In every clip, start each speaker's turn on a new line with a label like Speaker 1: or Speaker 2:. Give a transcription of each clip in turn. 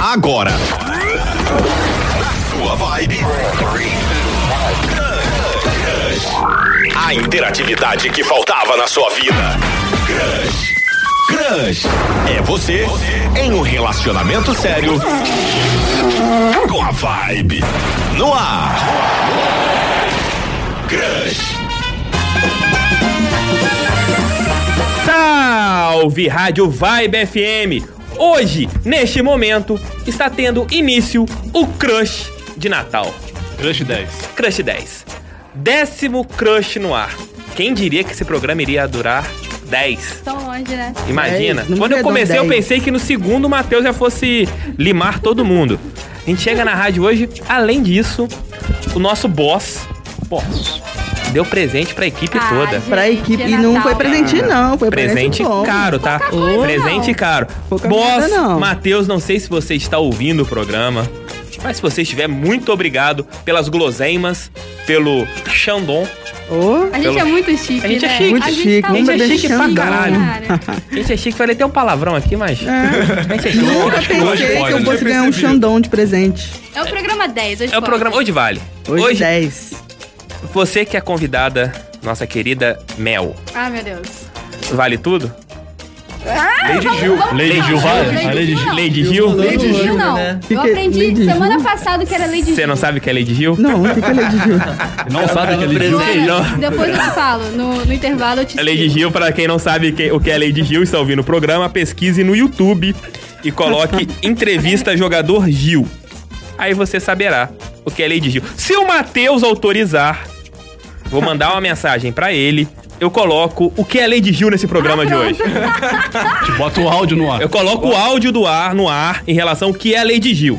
Speaker 1: agora. Sua vibe. A interatividade que faltava na sua vida. Crush. Crush. É você, em um relacionamento sério. Com a vibe. No ar. Crush.
Speaker 2: Salve Rádio Vibe FM! Hoje, neste momento, está tendo início o Crush de Natal.
Speaker 3: Crush 10.
Speaker 2: Crush 10. Décimo Crush no ar. Quem diria que esse programa iria durar 10?
Speaker 4: Tão longe, né?
Speaker 2: Imagina.
Speaker 5: Dez, nunca
Speaker 2: Quando eu
Speaker 5: dou
Speaker 2: comecei, eu
Speaker 5: dez.
Speaker 2: pensei que no segundo o Matheus já fosse limar todo mundo. A gente chega na rádio hoje, além disso, o nosso boss
Speaker 3: Posso.
Speaker 2: deu presente pra equipe
Speaker 4: Ah,
Speaker 2: toda.
Speaker 4: gente.
Speaker 5: Pra equipe. E não
Speaker 4: Natal.
Speaker 5: foi presente, não. Foi
Speaker 2: Presente
Speaker 5: bom.
Speaker 2: caro, tá?
Speaker 4: coisa,
Speaker 2: Presente
Speaker 4: não.
Speaker 2: caro.
Speaker 5: Pouca
Speaker 2: Boss,
Speaker 5: merda, não.
Speaker 2: Matheus, não sei se você está ouvindo o programa, mas se você estiver, muito obrigado pelas guloseimas, pelo Xandon.
Speaker 5: Ô,
Speaker 4: A gente
Speaker 2: Pelo-
Speaker 4: é muito chique,
Speaker 2: A gente é
Speaker 4: né?
Speaker 2: chique.
Speaker 5: Muito
Speaker 4: a gente
Speaker 5: chique,
Speaker 4: tá
Speaker 5: vamos
Speaker 4: muito
Speaker 2: beber
Speaker 4: pra
Speaker 2: Xandão.
Speaker 4: caralho.
Speaker 2: Gente, achei que falei ter um palavrão aqui, mas.
Speaker 5: É. Nunca
Speaker 3: acho que hoje
Speaker 5: pensei que
Speaker 3: pode,
Speaker 5: eu
Speaker 3: né?
Speaker 5: fosse ganhar um
Speaker 3: Percebido.
Speaker 5: Xandão de presente.
Speaker 4: É o programa 10, hoje
Speaker 2: É o
Speaker 4: pode.
Speaker 2: programa. Hoje vale.
Speaker 5: Hoje, 10.
Speaker 2: você que é convidada, nossa querida Mel,
Speaker 4: Ah, meu Deus.
Speaker 2: vale tudo?
Speaker 4: Ah,
Speaker 3: Lady Gil. Lady Gil, vale?
Speaker 4: Lady
Speaker 3: A Lady
Speaker 4: Gil,
Speaker 3: Gil.
Speaker 4: não.
Speaker 2: Lady
Speaker 6: Lady
Speaker 2: Gil?
Speaker 4: Não,
Speaker 6: Gil,
Speaker 4: não.
Speaker 6: né?
Speaker 4: Eu
Speaker 5: Que que é
Speaker 4: aprendi
Speaker 5: Lady
Speaker 4: semana
Speaker 5: Gil?
Speaker 4: passada que era Lady
Speaker 2: Você não sabe o que é Lady Gil?
Speaker 5: Não, o que que é Lady Gil?
Speaker 3: Não sabe que é Lady Gil?
Speaker 6: presente.
Speaker 2: Não. É
Speaker 4: Depois eu te falo, no, no intervalo eu te
Speaker 2: A Lady Gil, pra quem não sabe que- o que é Lady Gil, está ouvindo o programa, pesquise no YouTube e coloque entrevista jogador Gil. Aí você saberá o que é Lady Gil. Se o Matheus autorizar, vou mandar uma mensagem pra ele. Eu coloco o que é Lady Gil nesse programa de hoje.
Speaker 3: Te bota o áudio no ar.
Speaker 2: Eu coloco o áudio do ar no ar em relação ao que é Lady Gil.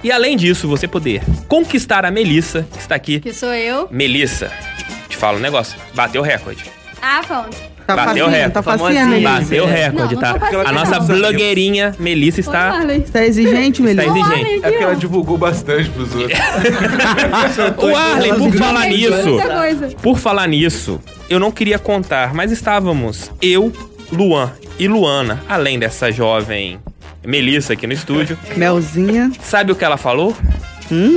Speaker 2: E além disso, você poder conquistar a Melissa, que está aqui.
Speaker 4: Que sou eu.
Speaker 2: Melissa, te falo um negócio, bateu recorde.
Speaker 4: Ah, pronto.
Speaker 5: Tá
Speaker 2: Bateu
Speaker 5: facinha,
Speaker 2: reto.
Speaker 5: tá facinha,
Speaker 6: Famosinha.
Speaker 5: né? Lady?
Speaker 2: Bateu
Speaker 6: é.
Speaker 2: recorde,
Speaker 4: Não, não
Speaker 2: tá?
Speaker 4: vou fazer
Speaker 2: A
Speaker 4: não.
Speaker 2: nossa blogueirinha Melissa
Speaker 4: Oi,
Speaker 2: está.
Speaker 4: Marley.
Speaker 5: Tá exigente,
Speaker 2: Tá
Speaker 5: Melissa.
Speaker 2: exigente.
Speaker 4: Marley,
Speaker 6: É porque
Speaker 4: aqui,
Speaker 6: ela
Speaker 4: ó.
Speaker 6: divulgou bastante pros outros.
Speaker 2: O Arlen, por falar
Speaker 4: Tem
Speaker 2: nisso,
Speaker 4: é muita coisa.
Speaker 2: por falar nisso, eu não queria contar, mas estávamos eu, Luan e Luana, além dessa jovem Melissa aqui no estúdio.
Speaker 5: Melzinha.
Speaker 2: Sabe o que ela falou?
Speaker 4: Hum.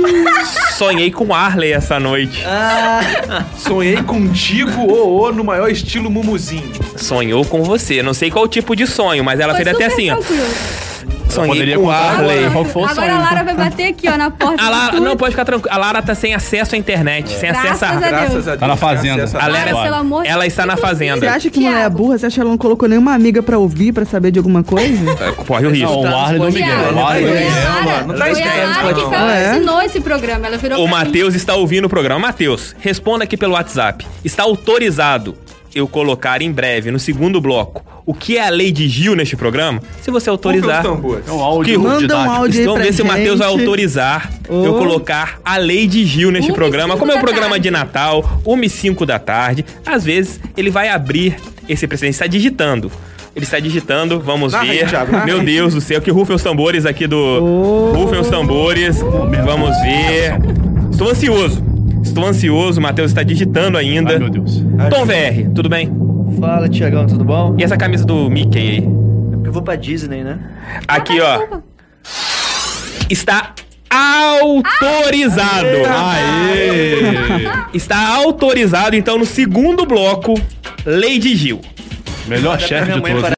Speaker 2: Sonhei com Arley essa noite.
Speaker 4: Ah.
Speaker 6: Sonhei contigo, ô, ô, no maior estilo mumuzinho.
Speaker 2: Sonhou com você. Não sei qual tipo de sonho, mas ela
Speaker 4: Foi
Speaker 2: fez até
Speaker 4: super
Speaker 2: assim, ó.
Speaker 4: tranquilo.
Speaker 2: Sonhei
Speaker 3: poderia
Speaker 2: com
Speaker 3: contar
Speaker 2: Arley.
Speaker 3: Falei,
Speaker 4: Agora,
Speaker 3: qual que foi o
Speaker 4: agora
Speaker 3: sonho?
Speaker 4: a Lara vai bater aqui, ó, na porta.
Speaker 2: A
Speaker 4: do
Speaker 2: Lara,
Speaker 4: estúdio.
Speaker 2: Ah, não, pode ficar tranquila. A Lara tá sem acesso à internet, sem acesso
Speaker 4: Graças
Speaker 2: à...
Speaker 4: a Deus.
Speaker 6: Graças a Deus.
Speaker 3: Tá na fazenda.
Speaker 6: graças a
Speaker 2: A
Speaker 4: Lara,
Speaker 2: Lara,
Speaker 4: pelo amor de
Speaker 2: ela está na
Speaker 5: Você
Speaker 2: fazenda.
Speaker 5: acha que mulher é
Speaker 4: Thiago.
Speaker 5: burra? Você acha que ela não colocou nenhuma amiga pra ouvir, pra saber de alguma coisa?
Speaker 2: Corre o
Speaker 3: Não,
Speaker 2: risco.
Speaker 3: o Arlen não me
Speaker 4: Tiago,
Speaker 3: ganha.
Speaker 4: foi
Speaker 3: O
Speaker 4: a
Speaker 3: Arlen não me ganha.
Speaker 4: Lara,
Speaker 6: Não tá
Speaker 4: foi a
Speaker 6: estranho,
Speaker 4: Lara que
Speaker 6: não.
Speaker 5: Ah, é?
Speaker 4: patrocinou esse programa. Ela virou
Speaker 2: O
Speaker 4: pra mim.
Speaker 2: Matheus está ouvindo o programa. Matheus, responda aqui pelo WhatsApp. Está autorizado eu colocar em breve, no segundo bloco, o que é a lei de Gil neste programa? Se você autorizar...
Speaker 6: Vamos ver os tambores.
Speaker 3: É um áudio
Speaker 2: Que-
Speaker 5: Manda um
Speaker 3: didático.
Speaker 5: áudio. aí
Speaker 2: Vamos
Speaker 5: pra
Speaker 2: ver se o Matheus vai
Speaker 5: gente.
Speaker 2: autorizar
Speaker 5: Oh.
Speaker 2: eu colocar a lei de Gil neste
Speaker 4: Uma e
Speaker 2: programa.
Speaker 4: cinco
Speaker 2: Como é um
Speaker 4: da
Speaker 2: programa
Speaker 4: tarde.
Speaker 2: de Natal, 1 e 5 da tarde. Às vezes, ele vai abrir esse precedente. Está digitando. Ele está digitando, vamos
Speaker 6: Narra aí,
Speaker 2: ver.
Speaker 6: Thiago, narra
Speaker 2: Meu
Speaker 6: aí.
Speaker 2: Deus do céu, que rufem os tambores aqui do... Rufem os tambores. Vamos ver. Estou ansioso. Estou ansioso, o Matheus está digitando ainda.
Speaker 3: Ai, meu Deus.
Speaker 2: Tom VR, tudo bem?
Speaker 6: Fala, Tiagão, tudo bom?
Speaker 2: E essa camisa do Mickey aí?
Speaker 6: Eu vou pra Disney, né?
Speaker 2: Aqui, ó. Está autorizado.
Speaker 3: Aê!
Speaker 2: Está autorizado, então, no segundo bloco, Lady Gil.
Speaker 3: Melhor chefe de todos.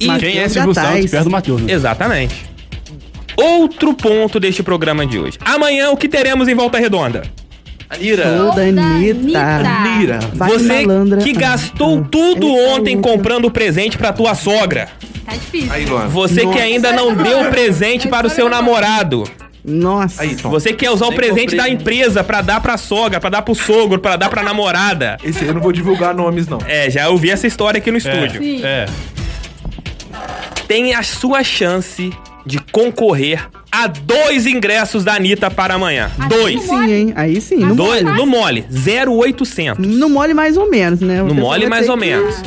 Speaker 2: E,
Speaker 3: Quem é esse
Speaker 5: Matheus
Speaker 3: Gustavo?
Speaker 5: Gatais.
Speaker 3: Perto do Matheus, né?
Speaker 2: exatamente. Outro ponto deste programa de hoje. Amanhã, o que teremos em Volta Redonda?
Speaker 6: Anira.
Speaker 5: Toda Anitta.
Speaker 4: Anitta.
Speaker 5: Vai
Speaker 2: Você
Speaker 5: malandra.
Speaker 2: que gastou
Speaker 5: Ah,
Speaker 2: tudo
Speaker 5: ele tá
Speaker 2: ontem
Speaker 5: louca.
Speaker 2: comprando presente pra tua sogra.
Speaker 4: Tá difícil.
Speaker 6: Aí, Luan.
Speaker 2: Você que é
Speaker 5: Nossa.
Speaker 2: ainda não deu presente para o seu namorado.
Speaker 5: Nossa.
Speaker 6: Aí, Tom.
Speaker 2: Você quer usar o
Speaker 6: Nem
Speaker 2: presente
Speaker 6: comprei.
Speaker 2: da empresa pra dar pra sogra, pra dar pro sogro, pra dar pra namorada.
Speaker 6: Esse aí eu não vou divulgar nomes, não.
Speaker 2: É, já ouvi essa história aqui no estúdio.
Speaker 4: Sim.
Speaker 3: É.
Speaker 2: Tem a sua chance de concorrer a dois ingressos da Anitta para amanhã. dois.
Speaker 5: Ah, sim, hein? Aí sim. No,
Speaker 2: Dois, no mole, 0800.
Speaker 5: no mole mais ou menos, né? O
Speaker 2: No
Speaker 5: pessoal
Speaker 2: mole
Speaker 5: vai
Speaker 2: mais
Speaker 5: ter
Speaker 2: ou
Speaker 5: que-
Speaker 2: menos.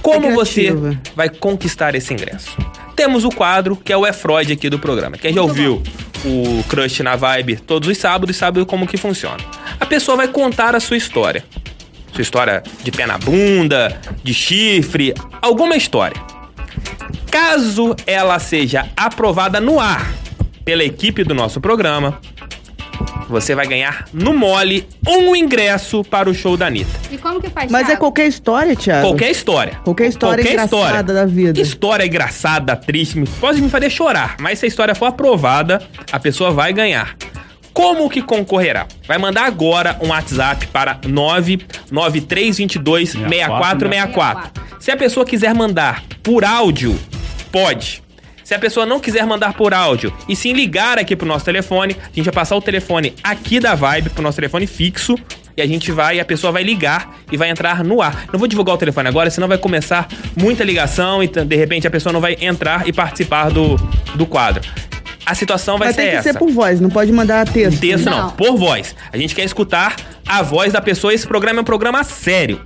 Speaker 2: Como você
Speaker 5: criativa.
Speaker 2: vai conquistar esse ingresso? Temos o quadro que é o É Freud aqui do programa. Quem já
Speaker 4: Muito
Speaker 2: ouviu o Crush na Vibe todos os sábados sabe como que funciona. A pessoa vai contar a sua história. Sua história de pé na bunda, de chifre, alguma história. Caso ela seja aprovada no ar pela equipe do nosso programa, você vai ganhar no mole um ingresso para o show da Anitta.
Speaker 4: E como que faz,
Speaker 5: Mas é
Speaker 4: Thiago?
Speaker 5: qualquer história, Thiago?
Speaker 2: Qualquer história.
Speaker 5: Qualquer história engraçada da vida.
Speaker 2: Que história engraçada, triste, me- pode me fazer chorar, mas se a história for aprovada, a pessoa vai ganhar. Como que concorrerá? Vai mandar agora um WhatsApp para 99322 6464. Se a pessoa quiser mandar por áudio, pode. Se a pessoa não quiser mandar por áudio e sim ligar aqui pro nosso telefone, a gente vai passar o telefone aqui da Vibe pro nosso telefone fixo e a gente vai, a pessoa vai ligar e vai entrar no ar. Não vou divulgar o telefone agora, senão vai começar muita ligação e de repente a pessoa não vai entrar e participar do, do quadro. A situação vai
Speaker 5: Mas
Speaker 2: ser
Speaker 5: tem que
Speaker 2: essa. Um
Speaker 5: ser por voz, não pode mandar texto.
Speaker 2: Texto não.
Speaker 4: Não.
Speaker 2: por voz. A gente quer escutar a voz da pessoa. Esse programa é um programa sério.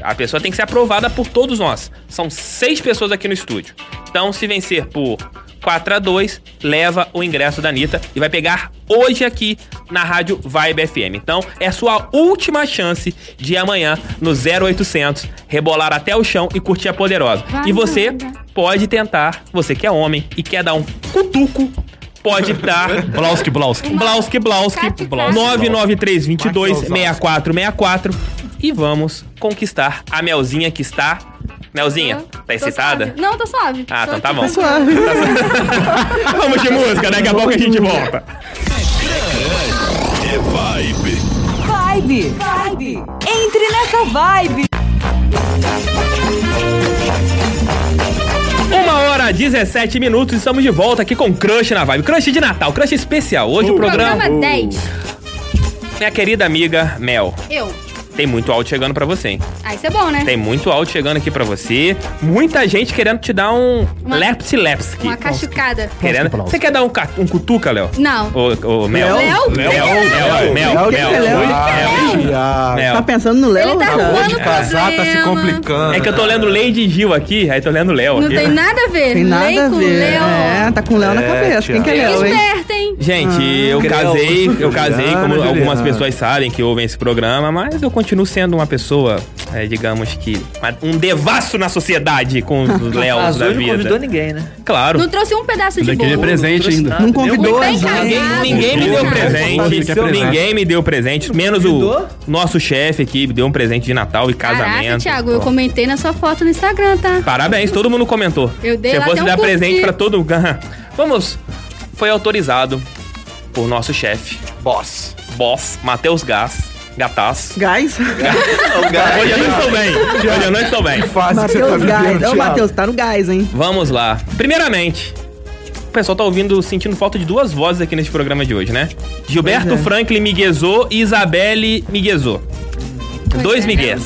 Speaker 2: A pessoa tem que ser aprovada por todos nós. São seis pessoas aqui no estúdio. Então, se vencer por 4 a 2 leva o ingresso da Anitta e vai pegar hoje aqui na rádio Vibe FM. Então, é a sua última chance de amanhã no 0800 rebolar até o chão e curtir a Poderosa.
Speaker 4: Vai,
Speaker 2: e você
Speaker 4: Amanda.
Speaker 2: pode tentar, você que é homem e quer dar um cutuco, pode dar
Speaker 3: Blauski, Blauski.
Speaker 2: Blauski, Blauski,
Speaker 4: Cap, cap.
Speaker 2: 993226464 e vamos conquistar a Melzinha que está... Melzinha,
Speaker 4: Tô- tô
Speaker 2: tá excitada?
Speaker 4: suave. Não, tô suave. tipo um
Speaker 2: Ah,
Speaker 4: Tô
Speaker 2: então tá
Speaker 4: aqui
Speaker 2: bom.
Speaker 4: tranquila.
Speaker 2: vamos de música, daqui a pouco a gente volta.
Speaker 1: É vibe.
Speaker 7: Vibe. Vibe. Entre nessa vibe.
Speaker 2: Uma hora, 17 minutos, estamos de volta aqui com Crush na Vibe. Crush de Natal, Crush especial. Hoje o programa...
Speaker 4: Programa 10.
Speaker 2: Minha querida amiga Mel,
Speaker 4: Eu.
Speaker 2: tem muito áudio chegando pra você, hein?
Speaker 4: Ah, isso é bom, né?
Speaker 2: Tem muito áudio chegando aqui pra você. Muita gente querendo te dar um
Speaker 4: Uma-
Speaker 2: lapsi-lapsi.
Speaker 4: Uma cachucada.
Speaker 2: Querendo. Você quer dar um, ca- um cutuca, Léo?
Speaker 4: Não.
Speaker 2: Ô, ô, Mel.
Speaker 4: Léo? Ah,
Speaker 2: Mel,
Speaker 6: É
Speaker 2: Mel, Mel, Mel,
Speaker 5: Léo, quem que é Léo?
Speaker 2: Mel, Mel.
Speaker 5: Tá pensando no Léo?
Speaker 4: Ele tá
Speaker 5: cara?
Speaker 4: arrumando
Speaker 6: Casar tá se
Speaker 4: problema.
Speaker 6: complicando. né?
Speaker 2: É que eu tô lendo Lady Gil aqui, aí tô lendo Léo
Speaker 4: Não
Speaker 2: aqui.
Speaker 4: tem nada a ver.
Speaker 5: Tem
Speaker 4: Lei
Speaker 5: nada a
Speaker 4: com
Speaker 5: ver.
Speaker 4: Leo.
Speaker 5: É, tá com o Léo na
Speaker 6: É,
Speaker 5: cabeça. Quem que é
Speaker 6: Thiago.
Speaker 5: Léo, hein?
Speaker 4: Esperta, hein?
Speaker 2: Gente,
Speaker 8: Ah,
Speaker 2: eu
Speaker 6: Creu.
Speaker 2: casei, eu casei, como
Speaker 6: Juliana,
Speaker 2: algumas
Speaker 6: Juliana.
Speaker 2: pessoas sabem que ouvem esse programa, mas eu continuo sendo uma pessoa, é, digamos que, um devasso na sociedade com os Léos da
Speaker 8: Azul não convidou
Speaker 2: vida.
Speaker 8: ninguém, né?
Speaker 2: Claro.
Speaker 4: Não trouxe um pedaço de
Speaker 3: Ele
Speaker 4: bolo.
Speaker 3: queria presente ainda.
Speaker 5: Não convidou
Speaker 4: Bem
Speaker 5: a gente.
Speaker 4: casado.
Speaker 2: Ninguém, ninguém me deu presente. Ninguém me deu presente. Menos o nosso chefe aqui me deu um presente de Natal e
Speaker 4: Caraca,
Speaker 2: casamento.
Speaker 4: Thiago, eu comentei na sua foto no Instagram, tá?
Speaker 2: Parabéns, todo mundo comentou.
Speaker 4: Eu dei
Speaker 2: Se eu
Speaker 4: lá
Speaker 2: fosse
Speaker 4: até um
Speaker 2: dar
Speaker 4: curtir.
Speaker 2: presente pra todo mundo. Vamos. Foi autorizado por nosso chefe,
Speaker 8: Boss.
Speaker 2: boss, Matheus Gás, Gataz.
Speaker 5: Gás?
Speaker 2: Hoje eu não estou bem. Hoje eu não estou bem.
Speaker 6: Fácil que você tá
Speaker 5: Matheus Gás.
Speaker 6: vivendo,
Speaker 5: Ô,
Speaker 6: Thiago.
Speaker 5: Matheus, tá no gás, hein?
Speaker 2: Vamos lá. Primeiramente, o pessoal tá ouvindo, sentindo falta de duas vozes aqui nesse programa de hoje, né? Gilberto
Speaker 5: Pois é.
Speaker 2: Franklin Miguezô e Isabelle Miguezô. Dois
Speaker 4: é.
Speaker 2: Miguez.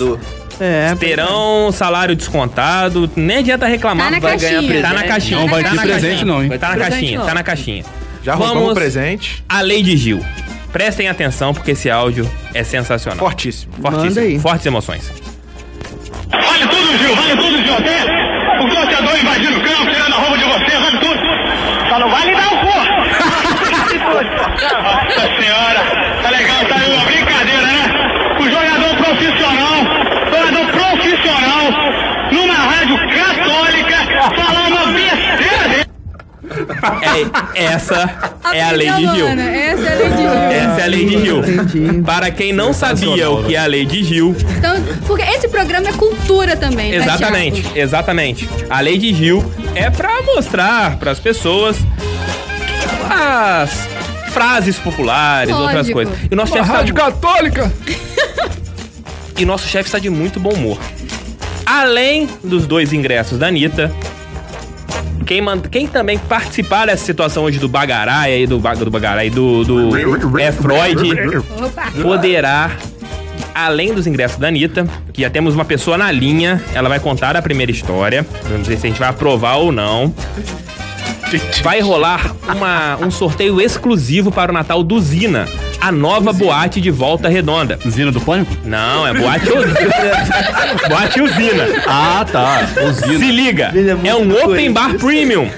Speaker 5: É.
Speaker 2: Terão salário descontado, nem adianta reclamar.
Speaker 4: Tá na
Speaker 8: Vai ganhar
Speaker 4: caixinha.
Speaker 8: presente.
Speaker 2: Tá na caixinha.
Speaker 3: Não vai
Speaker 2: tá
Speaker 3: ter
Speaker 2: na
Speaker 3: presente,
Speaker 2: caixinha.
Speaker 3: não, hein?
Speaker 8: Vai ter
Speaker 2: Tá na
Speaker 8: presente,
Speaker 2: caixinha,
Speaker 8: não.
Speaker 2: tá na caixinha.
Speaker 6: Já roubamos
Speaker 2: Vamos-
Speaker 6: o presente.
Speaker 2: A Lady Gil. Prestem atenção porque esse áudio é sensacional.
Speaker 6: Fortíssimo.
Speaker 2: Fortíssimo.
Speaker 5: Manda aí.
Speaker 2: Fortes emoções.
Speaker 1: Vale tudo, Gil, vale tudo, Gil. Até o torcedor invadindo o campo, tirando a roupa de você, vale tudo. Só não vale dar o cu. Nossa senhora, tá legal, tá aí uma brincadeira, né? O jogador profissional, jogador profissional, numa rádio católica, falar uma besteira dele.
Speaker 2: É, essa é a Lady
Speaker 4: Primeira,
Speaker 2: Gil.
Speaker 4: Luana, Essa é a Lady Gil.
Speaker 2: Essa
Speaker 3: Ah,
Speaker 2: é a Lady Gil.
Speaker 5: Entendi.
Speaker 2: Para quem não sabia o que é a Lady Gil,
Speaker 4: Então, porque esse programa é cultura também, né,
Speaker 2: exatamente,
Speaker 4: Thiago?
Speaker 2: exatamente. A Lady Gil é pra mostrar pras pessoas as frases populares, outras
Speaker 4: Lógico.
Speaker 2: coisas. E nosso
Speaker 3: Uma
Speaker 2: chefe tá
Speaker 3: rádio católica.
Speaker 2: e nosso chefe está de muito bom humor. Além dos dois ingressos da Anitta, quem, man- quem também participar dessa situação hoje do Bagaraia e do, ba- do Bagaraia e do, do é Freud
Speaker 4: Opa.
Speaker 2: poderá, além dos ingressos da Anitta, que já temos uma pessoa na linha, ela vai contar a primeira história. Vamos ver se a gente vai aprovar ou não. Vai rolar uma- um sorteio exclusivo para o Natal do Zina, a nova boate de Volta Redonda.
Speaker 3: Zina do Pânico?
Speaker 2: Não, é boate usina. boate usina.
Speaker 3: Ah, tá.
Speaker 2: Se liga, é, um open bar premium.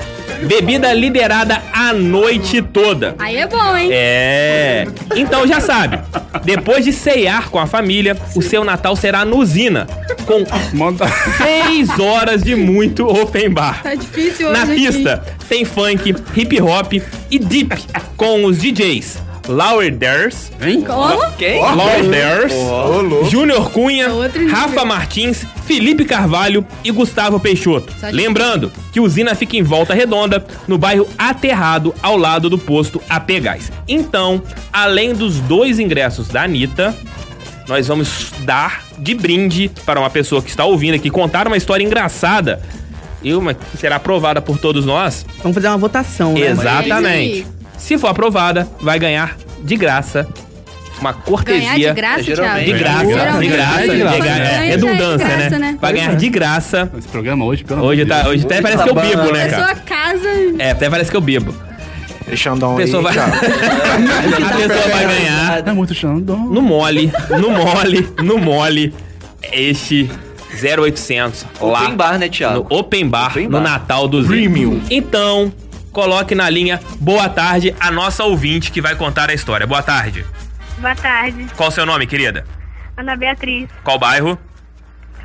Speaker 2: Bebida liberada a noite toda.
Speaker 4: Aí é bom, hein?
Speaker 2: É. Então já sabe. Depois de ceiar com a família, o seu Natal será no Usina, com
Speaker 3: Manda...
Speaker 2: 6 horas de muito open bar.
Speaker 4: Tá difícil hoje
Speaker 2: Na
Speaker 4: aqui.
Speaker 2: pista tem funk, hip hop e deep com os DJs Lauer Ders,
Speaker 4: Como?
Speaker 2: Lauer Ders,
Speaker 6: Ô, louco.
Speaker 2: Júnior Cunha,
Speaker 4: É outro nível.
Speaker 2: Rafa Martins, Felipe Carvalho e Gustavo Peixoto.
Speaker 4: Só de-
Speaker 2: Lembrando que usina fica em Volta Redonda, no bairro Aterrado, ao lado do posto AP Gás. Então, além dos dois ingressos da Anitta, nós vamos dar de brinde para uma pessoa que está ouvindo aqui contar uma história engraçada e uma que será aprovada por todos nós.
Speaker 5: Vamos fazer uma votação, né?
Speaker 4: É
Speaker 2: Exatamente.
Speaker 4: isso
Speaker 2: Se for aprovada, vai ganhar de graça uma cortesia.
Speaker 4: Ganhar de graça, Thiago?
Speaker 2: é, De graça, de
Speaker 4: Geralmente,
Speaker 2: graça,
Speaker 3: Geralmente,
Speaker 2: de graça.
Speaker 3: de graça.
Speaker 2: É
Speaker 4: Geralmente
Speaker 2: redundância,
Speaker 4: é de graça,
Speaker 2: né?
Speaker 4: né?
Speaker 2: Vai ganhar de graça.
Speaker 3: Esse programa hoje, pelo amor
Speaker 2: Hoje,
Speaker 3: de
Speaker 2: tá,
Speaker 3: Deus.
Speaker 2: hoje até parece que eu bebo, né,
Speaker 4: Pessoa
Speaker 2: cara?
Speaker 4: casa.
Speaker 2: É, até parece que eu bebo.
Speaker 6: Deixa eu andar um
Speaker 2: A pessoa vai, a pessoa vai ganhar
Speaker 3: É muito xandão.
Speaker 2: no mole, no mole, no mole este 0800 lá.
Speaker 8: Open bar, né,
Speaker 2: No
Speaker 8: Thiago?
Speaker 2: Open Bar,
Speaker 8: Open Bar.
Speaker 2: no Natal do Premium. Então, coloque na linha Boa Tarde a nossa ouvinte que vai contar a história. Boa tarde.
Speaker 9: Boa tarde,
Speaker 2: Qual o seu nome, querida?
Speaker 9: Ana Beatriz,
Speaker 2: Qual bairro?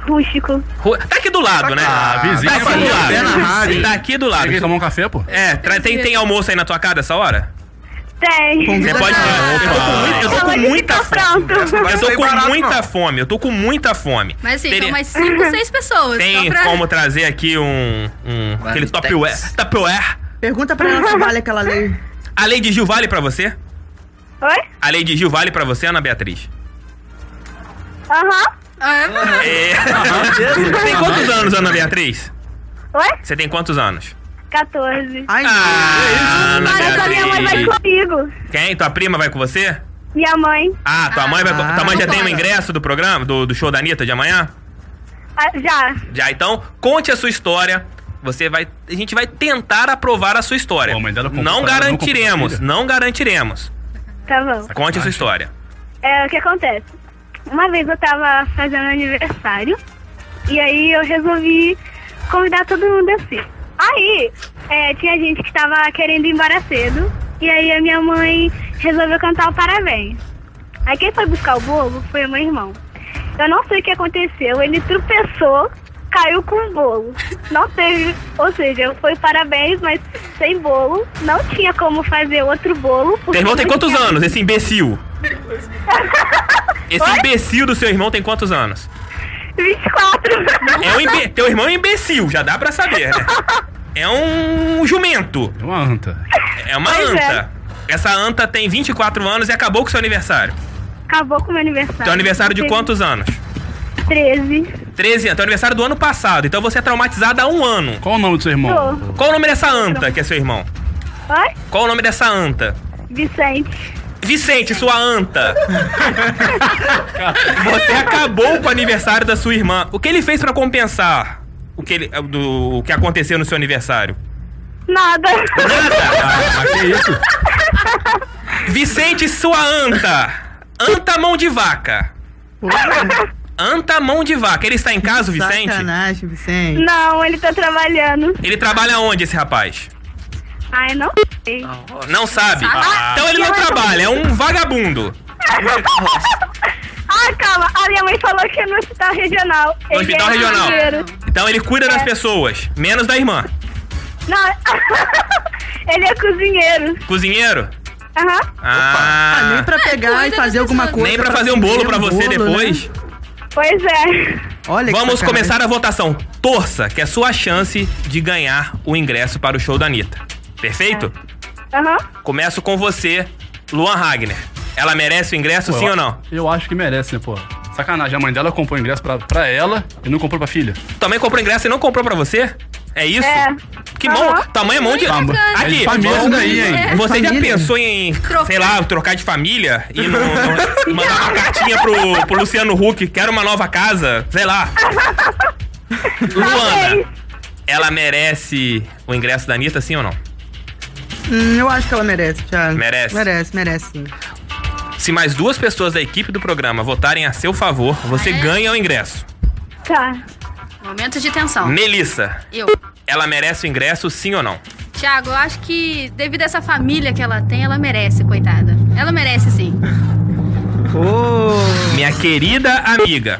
Speaker 9: rústico.
Speaker 2: Rua- Tá aqui do lado, né?
Speaker 3: Ah, vizinho,
Speaker 2: tá aqui do
Speaker 3: sim,
Speaker 2: lado.
Speaker 3: pé na rádio.
Speaker 2: Tá aqui do lado.
Speaker 3: Quer tomar um café, pô?
Speaker 2: É, tra- tem, tem almoço aí na tua casa essa hora?
Speaker 9: Tem.
Speaker 2: Você pode. Eu tô com muito- eu tô com
Speaker 9: Hoje
Speaker 2: muita
Speaker 9: fica
Speaker 2: fome.
Speaker 9: tá pronto.
Speaker 2: Eu tô
Speaker 6: Não tem
Speaker 2: com
Speaker 6: barato,
Speaker 2: muita
Speaker 6: não.
Speaker 2: fome. Eu tô com muita fome.
Speaker 4: Mas assim,
Speaker 2: Teria-
Speaker 4: são mais 5, 6 pessoas.
Speaker 2: Tem
Speaker 4: só pra...
Speaker 2: como trazer aqui um. um aquele
Speaker 8: Marmitex.
Speaker 2: Tupperware. Tupperware.
Speaker 5: Pergunta pra ela se vale aquela lei.
Speaker 2: A lei de Gil vale pra você?
Speaker 9: Oi?
Speaker 2: A lei de Gil vale pra você, Ana Beatriz?
Speaker 9: Aham.
Speaker 4: Ah, é bom.
Speaker 2: É. Você tem quantos anos, Ana Beatriz?
Speaker 9: Oi?
Speaker 2: Você tem quantos anos?
Speaker 9: 14.
Speaker 5: Ai,
Speaker 2: Ah, Ana
Speaker 9: Mas a minha mãe vai
Speaker 2: Beatriz.
Speaker 9: comigo.
Speaker 2: Quem? Tua prima vai com você?
Speaker 9: Minha mãe.
Speaker 2: Ah, tua mãe vai. com- tua mãe já tem o ingresso do programa, do, do show da Anitta de amanhã?
Speaker 9: Ah, Já.
Speaker 2: Já, então, conte a sua história. Você vai. A gente vai tentar aprovar a sua história.
Speaker 3: Pô, a mãe dela comprou
Speaker 2: não
Speaker 3: pra ela, não
Speaker 2: garantiremos,
Speaker 3: comprou pra
Speaker 2: não garantiremos.
Speaker 9: Tá bom.
Speaker 2: Conte a sua história.
Speaker 9: É, o que acontece? Uma vez eu tava fazendo aniversário e aí eu resolvi convidar todo mundo assim. Aí é, tinha gente que tava querendo ir embora cedo e aí a minha mãe resolveu cantar o parabéns. Aí quem foi buscar o bolo foi o meu irmão. Eu não sei o que aconteceu, ele tropeçou, caiu com o bolo. Não teve, ou seja, foi parabéns, mas sem bolo. Não tinha como fazer outro bolo. porque
Speaker 2: Teu irmão tem
Speaker 9: não
Speaker 2: quantos
Speaker 9: tinha-
Speaker 2: anos, esse imbecil? Esse imbecil do seu irmão tem quantos anos?
Speaker 9: 24.
Speaker 2: É um imbe- Teu irmão é um imbecil, já dá pra saber, né? É um jumento.
Speaker 3: É uma anta.
Speaker 2: É uma
Speaker 9: Pois é.
Speaker 2: anta. Essa anta tem 24 anos e acabou com seu aniversário.
Speaker 9: Acabou com o meu aniversário.
Speaker 2: Teu aniversário de
Speaker 9: Teve
Speaker 2: quantos anos?
Speaker 9: 13.
Speaker 2: 13 anos. Teu aniversário do ano passado. Então você é traumatizada há um ano.
Speaker 3: Qual o nome do seu irmão?
Speaker 9: Tô.
Speaker 2: Qual o nome dessa anta que é seu irmão?
Speaker 9: Oi?
Speaker 2: Qual o nome dessa anta?
Speaker 9: Vicente.
Speaker 2: Vicente, sua anta. Você acabou com o aniversário da sua irmã. O que ele fez pra compensar o que, ele, do, o que aconteceu no seu aniversário?
Speaker 9: Nada.
Speaker 2: Anta!
Speaker 3: Ah, que isso?
Speaker 2: Vicente, sua anta. Anta mão de vaca. Anta mão de vaca. Ele está em casa, o Vicente?
Speaker 5: Sacanagem, Vicente.
Speaker 9: Não, ele tá trabalhando.
Speaker 2: Ele trabalha onde, esse rapaz?
Speaker 9: Ai, não sei.
Speaker 2: Não sabe.
Speaker 4: Ah,
Speaker 2: Então ele não
Speaker 9: que
Speaker 2: trabalha, é um vagabundo.
Speaker 9: Ah, calma. A minha mãe falou que é no hospital regional.
Speaker 2: No
Speaker 9: Ele
Speaker 2: hospital
Speaker 9: é
Speaker 2: regional.
Speaker 9: enfermeiro.
Speaker 2: Então ele cuida das pessoas, menos da irmã.
Speaker 9: Não. ele é cozinheiro.
Speaker 2: Cozinheiro?
Speaker 9: Aham.
Speaker 5: Ah,
Speaker 2: Ah,
Speaker 5: nem pra pegar e
Speaker 4: cuida
Speaker 5: fazer
Speaker 4: das
Speaker 5: alguma
Speaker 4: pessoas.
Speaker 5: coisa.
Speaker 2: nem pra fazer um bolo pra você
Speaker 5: bolo, né?
Speaker 2: depois.
Speaker 9: Pois é.
Speaker 5: Olha que
Speaker 2: Vamos
Speaker 5: sacanagem.
Speaker 2: começar a votação. Torça, que é sua chance de ganhar o ingresso para o show da Anitta. Perfeito?
Speaker 9: Aham.
Speaker 10: É.
Speaker 2: Começo com você, Luan Ragner. Ela merece o ingresso, sim
Speaker 3: eu-
Speaker 2: ou não?
Speaker 3: Eu acho que merece, né, pô? Sacanagem, a mãe dela comprou o ingresso pra, pra ela e não comprou pra filha.
Speaker 2: Também comprou ingresso e não comprou pra você? É isso?
Speaker 9: É.
Speaker 2: Que mão,
Speaker 9: Aham.
Speaker 2: tamanho mão de.
Speaker 4: Tá bom.
Speaker 2: Aqui,
Speaker 3: família
Speaker 2: mão-
Speaker 3: isso daí, hein?
Speaker 4: É.
Speaker 2: Você já
Speaker 5: Família.
Speaker 2: pensou em,
Speaker 4: Trocar.
Speaker 2: sei lá, trocar de família e não, não- mandar uma cartinha pro, pro Luciano Huck, quero uma nova casa, sei lá.
Speaker 4: Tá
Speaker 2: Luana, ela merece o ingresso da Anitta, sim ou não?
Speaker 5: Hum, eu acho que ela merece, Thiago.
Speaker 2: Merece.
Speaker 5: Merece, merece sim.
Speaker 2: Se mais duas pessoas da equipe do programa votarem a seu favor, você
Speaker 4: Ah, é?
Speaker 2: ganha o ingresso.
Speaker 9: Tá.
Speaker 4: Momento de tensão.
Speaker 2: Melissa,
Speaker 4: Eu.
Speaker 2: ela merece o ingresso, sim ou não?
Speaker 4: Thiago, eu acho que devido a essa família que ela tem, ela merece, coitada. Ela merece sim.
Speaker 5: Ô,
Speaker 2: Minha querida amiga,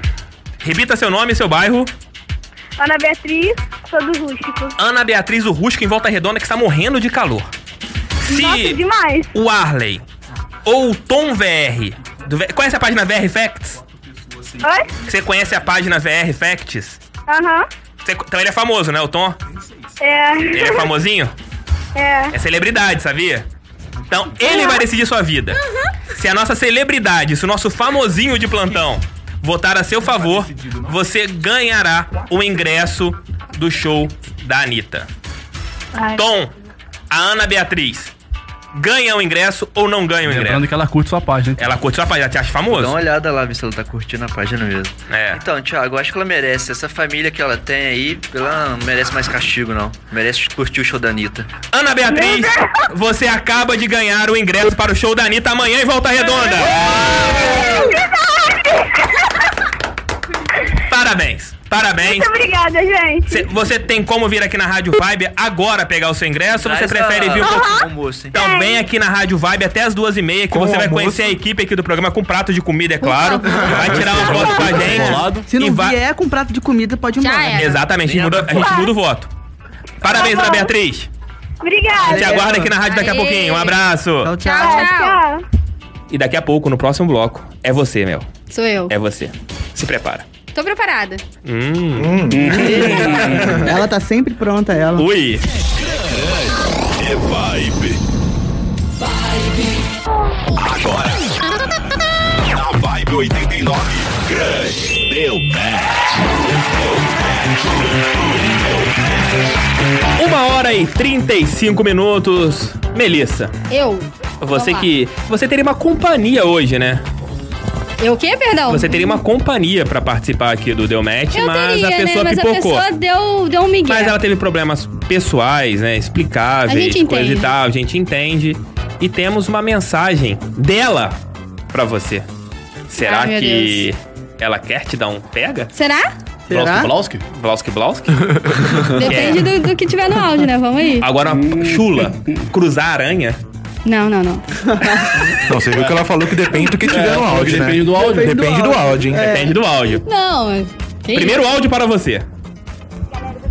Speaker 2: Repita seu nome e seu bairro.
Speaker 11: Ana Beatriz, sou do rústico.
Speaker 2: Ana Beatriz, o Rusco em Volta Redonda, que está morrendo de calor. Se
Speaker 11: Nossa, demais.
Speaker 2: o Arley ou o Tom VR... Do, V- conhece a página VR Facts?
Speaker 11: Oi?
Speaker 2: Você conhece a página VR Facts?
Speaker 11: Aham.
Speaker 2: Você- então ele é famoso, né, o Tom? Ele é
Speaker 11: É.
Speaker 2: famosinho?
Speaker 11: É.
Speaker 2: É celebridade, sabia? Então ele vai decidir sua vida. Se a nossa celebridade, se o nosso famosinho de plantão votar a seu favor, você ganhará o ingresso do show da Anitta.
Speaker 11: Ai.
Speaker 2: Tom, a Ana Beatriz, ganha o ingresso ou não ganha o ingresso?
Speaker 12: Lembrando que Então, ela curte sua página. hein?
Speaker 2: Ela curte sua página, ela te acha
Speaker 8: Dá uma
Speaker 2: famoso?
Speaker 8: olhada lá, ver se ela tá curtindo a página mesmo.
Speaker 2: É.
Speaker 8: Então, Thiago, eu acho que ela merece. Essa família que ela tem aí, ela não merece mais castigo, não. Merece curtir o show da Anitta.
Speaker 2: Ana Beatriz, você acaba de ganhar o ingresso para o show da Anitta amanhã em Volta Redonda. É. Parabéns, parabéns.
Speaker 11: Muito obrigada, gente.
Speaker 2: Cê- Você tem como vir aqui na Rádio Vibe agora pegar o seu ingresso ou você
Speaker 8: Traz a-
Speaker 2: prefere vir um pouco?
Speaker 8: o almoço, hein?
Speaker 2: Então vem aqui na Rádio Vibe até as duas e meia que
Speaker 13: Com
Speaker 2: você vai
Speaker 13: almoço.
Speaker 2: conhecer a equipe aqui do programa com prato de comida, é claro.
Speaker 4: favor.
Speaker 2: E vai tirar uma foto com a
Speaker 12: Bolado.
Speaker 2: gente.
Speaker 5: Se
Speaker 2: E
Speaker 5: não
Speaker 2: vai...
Speaker 5: vier com prato de comida, pode ir
Speaker 4: Já
Speaker 5: embora.
Speaker 4: era.
Speaker 2: Exatamente, a gente, muda, a gente muda o voto. Parabéns, Ana Beatriz. A gente
Speaker 11: Obrigada.
Speaker 2: aguarda aqui na rádio daqui a
Speaker 4: Aê.
Speaker 2: pouquinho. Um abraço.
Speaker 5: Tchau, tchau.
Speaker 4: Tchau, tchau.
Speaker 11: Tchau.
Speaker 2: E daqui a pouco, no próximo bloco, é você, meu.
Speaker 4: Sou eu.
Speaker 2: É você. Se prepara.
Speaker 4: Tô preparada.
Speaker 2: Hum.
Speaker 5: Ela tá sempre pronta, ela.
Speaker 2: Ui.
Speaker 1: É vibe. Agora. Na vibe 89. Crush. Deu match.
Speaker 2: Uma hora e 35 minutos. Melissa,
Speaker 4: Eu.
Speaker 2: você
Speaker 4: Vamos lá.
Speaker 2: que. Você teria uma companhia hoje, né?
Speaker 4: Eu o quê, perdão?
Speaker 2: Você teria uma companhia pra participar aqui do Deu Match,
Speaker 4: Eu
Speaker 2: mas
Speaker 4: teria,
Speaker 2: a pessoa
Speaker 4: né? Mas
Speaker 2: pipocou.
Speaker 4: a pessoa deu, deu um migué.
Speaker 2: Mas ela teve problemas pessoais, né?
Speaker 4: A
Speaker 2: Explicáveis,
Speaker 4: gente
Speaker 2: coisa e
Speaker 4: entende.
Speaker 2: tal, a gente entende. E temos uma mensagem dela pra você. Será
Speaker 4: Ai, meu
Speaker 2: que ela quer te dar um pega?
Speaker 4: Será?
Speaker 5: Será?
Speaker 12: Blauski?
Speaker 2: Blauski Blauski?
Speaker 4: Depende
Speaker 2: É.
Speaker 4: do, do que tiver no áudio, né? Vamos aí.
Speaker 2: Agora uma chula, cruzar a aranha.
Speaker 4: Não, não, não.
Speaker 3: Não, você viu que ela falou que depende do que tiver no áudio, né?
Speaker 12: Depende do áudio.
Speaker 3: Depende,
Speaker 5: Depende
Speaker 3: do,
Speaker 5: do
Speaker 3: áudio, hein?
Speaker 2: Depende do áudio.
Speaker 4: Não. é que
Speaker 2: Primeiro áudio para você.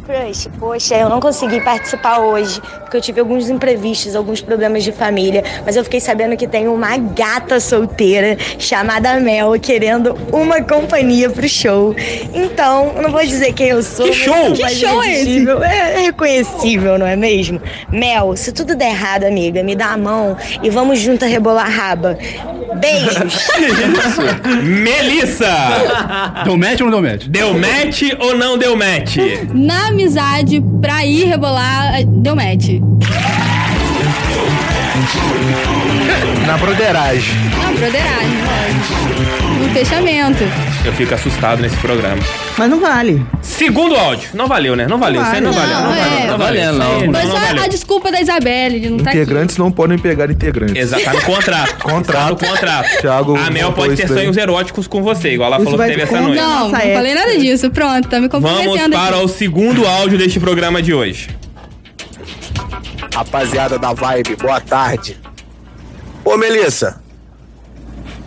Speaker 11: Crush, poxa, eu não consegui participar hoje, porque eu tive alguns imprevistos, alguns problemas de família, mas eu fiquei sabendo que tem uma gata solteira chamada Mel querendo uma companhia pro show. Então, eu não vou dizer quem eu sou.
Speaker 2: Que
Speaker 11: mas
Speaker 2: show?
Speaker 11: eu
Speaker 2: Que
Speaker 11: mais
Speaker 4: show é esse?
Speaker 11: irresistível. É reconhecível, não é mesmo? Mel, se tudo der errado, amiga, me dá a mão e vamos juntas rebolar a raba. Beijos!
Speaker 2: Melissa!
Speaker 12: Deu match ou não deu match?
Speaker 2: Deu match ou não deu match?
Speaker 4: Na amizade, pra ir rebolar, eh, deu match.
Speaker 3: Na broderagem.
Speaker 4: Não, É broderagem, lógico. No fechamento.
Speaker 2: Eu fico assustado nesse programa.
Speaker 5: Mas não vale.
Speaker 2: Segundo áudio. Não valeu, né? Não valeu. Isso aí não,
Speaker 4: Não,
Speaker 2: valeu.
Speaker 4: é.
Speaker 2: Não, valeu. Não
Speaker 4: Não
Speaker 2: valeu.
Speaker 12: valeu,
Speaker 2: Isso aí
Speaker 12: não.
Speaker 4: Foi
Speaker 2: não
Speaker 4: só
Speaker 2: valeu.
Speaker 4: a desculpa da Isabelle de não estar Tá aqui.
Speaker 3: Integrantes não podem pegar integrantes.
Speaker 2: Exatamente. Contrato.
Speaker 3: Contrato.
Speaker 2: Tá no contrato.
Speaker 3: Thiago
Speaker 2: a Mel
Speaker 3: contou
Speaker 2: pode
Speaker 3: isso
Speaker 2: ter
Speaker 3: daí.
Speaker 2: sonhos eróticos com você, igual ela
Speaker 5: Isso
Speaker 2: falou que
Speaker 5: vai
Speaker 2: teve essa
Speaker 5: contra-
Speaker 2: noite.
Speaker 4: Não, não
Speaker 5: Nossa, é.
Speaker 4: falei nada disso. Pronto, tá me
Speaker 2: Vamos
Speaker 4: comprometendo
Speaker 2: para
Speaker 4: aqui.
Speaker 2: o segundo áudio deste programa de hoje.
Speaker 1: Rapaziada da vibe, boa tarde. Ô Melissa,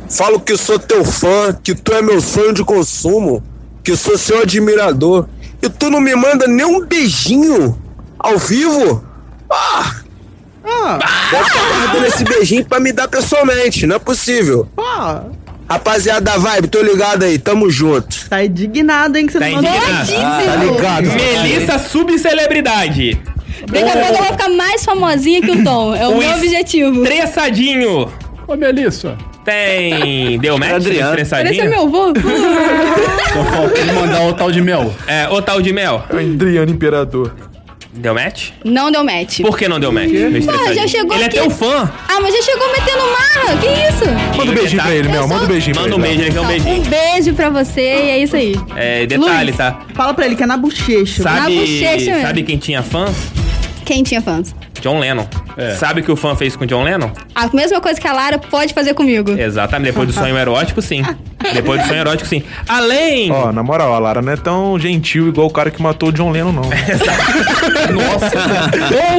Speaker 1: falo que sou teu fã, que tu é meu sonho de consumo, que sou seu admirador. E tu não me manda nem um beijinho ao vivo? Ah! Deve estar guardando esse beijinho pra me dar pessoalmente, não é possível.
Speaker 5: Ó,
Speaker 1: Rapaziada da vibe, tô ligado aí, tamo junto.
Speaker 5: tá indignado, hein, que você
Speaker 2: Tá
Speaker 5: não mandou.
Speaker 2: indignado.
Speaker 3: Tá ligado?
Speaker 2: Melissa subcelebridade.
Speaker 4: Daqui a pouco eu vou ficar mais famosinha que o Tom. É o
Speaker 2: O
Speaker 4: meu
Speaker 2: Um es-
Speaker 4: objetivo.
Speaker 2: Estressadinho.
Speaker 12: Ô, Melissa.
Speaker 2: Tem. Deu match?
Speaker 8: Adriano.
Speaker 4: Parece
Speaker 2: Estressadinho?
Speaker 4: é meu avô.
Speaker 12: Só falta ele mandar o tal de mel.
Speaker 2: É, ô tal de Mel.
Speaker 3: Adriano Imperador.
Speaker 2: Deu match?
Speaker 4: Não deu match.
Speaker 2: Por que não deu match? no Estressadinho?
Speaker 4: já chegou
Speaker 2: Ele
Speaker 4: aqui.
Speaker 2: é teu fã.
Speaker 4: Ah, mas já chegou metendo marra. Que isso?
Speaker 3: Manda um beijinho pra ele,
Speaker 4: Eu
Speaker 3: Mel.
Speaker 4: sou-
Speaker 3: Manda um beijinho pra ele.
Speaker 2: Manda um
Speaker 3: Léo.
Speaker 2: beijo, ele quer um beijinho.
Speaker 4: Um beijo pra você e é isso aí.
Speaker 2: É, detalhe,
Speaker 4: Luiz.
Speaker 2: tá?
Speaker 5: Fala pra ele que é na bochecha.
Speaker 2: Sabe,
Speaker 4: bochecha mesmo.
Speaker 2: sabe quem tinha fãs?
Speaker 4: Quem tinha fãs?
Speaker 2: John Lennon.
Speaker 12: É.
Speaker 2: Sabe o que o fã fez com o John Lennon?
Speaker 4: A mesma coisa que a Lara pode fazer
Speaker 2: É,
Speaker 4: comigo.
Speaker 2: Exatamente, depois do sonho erótico, sim.
Speaker 4: Ah.
Speaker 2: Depois do sonho erótico, sim. Além...
Speaker 3: Ó, na moral, a Lara não é tão gentil igual o cara que matou o John Lennon, não.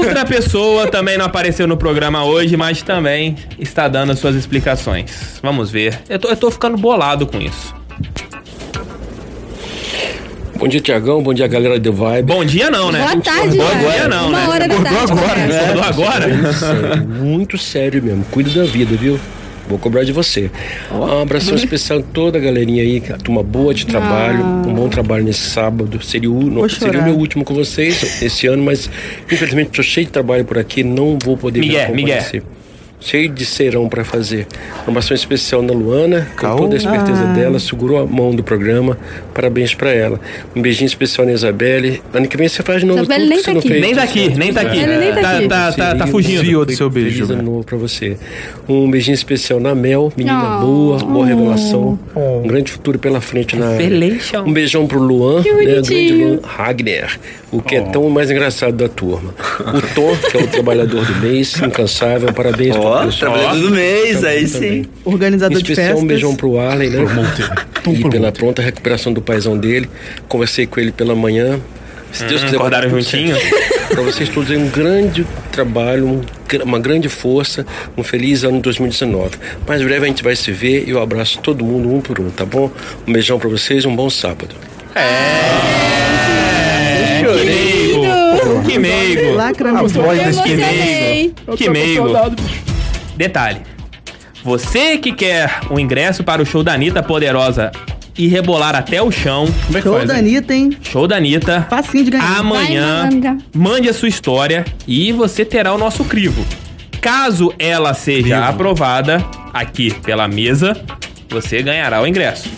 Speaker 2: Outra pessoa também não apareceu no programa hoje, mas também está dando as suas explicações. Vamos ver. Eu tô, eu tô ficando bolado com isso.
Speaker 14: Bom dia, Tiagão. Bom dia, galera do Vibe.
Speaker 2: Bom dia não, né? Boa tarde, Bom cara. dia não, Uma né? hora da Acordou tarde, agora, cara. né? Acordou agora?
Speaker 14: Muito sério, muito sério mesmo. Cuida da vida, viu? Vou cobrar de você. Um abração especial a toda a galerinha aí, a turma boa de trabalho, um bom trabalho nesse sábado. Seria o,
Speaker 2: Vou
Speaker 14: no, seria o
Speaker 2: chorar.
Speaker 14: meu último com vocês esse ano, mas infelizmente estou cheio de trabalho por aqui, não vou poder vir
Speaker 2: Miguel, Miguel.
Speaker 14: comparecer. Cheio de serão para fazer. Um abração especial na Luana, com toda a esperteza
Speaker 10: Ah.
Speaker 14: dela, segurou a mão do programa. Parabéns para ela. Um beijinho especial na Isabelle. Ano que vem você faz de novo.
Speaker 2: Isabelle
Speaker 14: tudo
Speaker 2: nem
Speaker 14: que
Speaker 2: tá
Speaker 14: você não
Speaker 2: aqui.
Speaker 14: fez.
Speaker 2: Nem tá aqui, nem tá aqui. Ele nem tá Tá- aqui. tá- tá- tá
Speaker 14: Seria-
Speaker 2: fugindo.
Speaker 14: Desviou do seu beijo. Feliz ano novo pra você. Um beijinho especial na Mel,
Speaker 4: Ah.
Speaker 14: menina boa,
Speaker 2: Hum.
Speaker 14: boa revelação. Um grande futuro pela frente na.
Speaker 2: Revelation.
Speaker 14: Um beijão pro Luan,
Speaker 2: Que
Speaker 14: né? Grande
Speaker 2: bonitinho.
Speaker 14: Luan Ragner, o que é tão mais engraçado da turma. O Tom, que é o trabalhador do mês, incansável, parabéns pro
Speaker 8: Ó,
Speaker 14: pessoal.
Speaker 8: trabalhador do mês, aí
Speaker 14: Também.
Speaker 8: sim.
Speaker 14: Em
Speaker 5: Organizador de
Speaker 14: especial,
Speaker 5: festas.
Speaker 14: um beijão pro Arley, né? E pela pronta recuperação do paizão dele. Conversei com ele pela manhã. Se Deus
Speaker 2: Hum,
Speaker 14: quiser,
Speaker 2: acordaram
Speaker 14: vai dar tudo
Speaker 2: juntinho?
Speaker 14: certo. Pra vocês todos aí, um grande trabalho, um gr- uma grande força, um feliz ano 2019. Mais breve a gente vai se ver e eu abraço todo mundo um por um, tá bom? Um beijão pra vocês, um bom sábado.
Speaker 2: É, que meigo. Que meigo.
Speaker 5: Lacra,
Speaker 2: A Ah, voz
Speaker 5: Eu
Speaker 2: desse que
Speaker 5: emocionei.
Speaker 2: meigo.
Speaker 5: Eu
Speaker 2: Que
Speaker 5: tô
Speaker 2: meigo.
Speaker 5: emocionado,
Speaker 2: Detalhe. Você que quer o ingresso para o show da Anitta Poderosa e rebolar até o chão. é
Speaker 5: Show da Anitta, hein?
Speaker 2: Show da Anitta.
Speaker 5: Facinho de ganhar.
Speaker 2: Ah, Amanhã,
Speaker 5: Vai, Malandra.
Speaker 2: mande a sua história e você terá o nosso crivo. Caso ela seja aprovada aqui pela mesa, você ganhará o ingresso.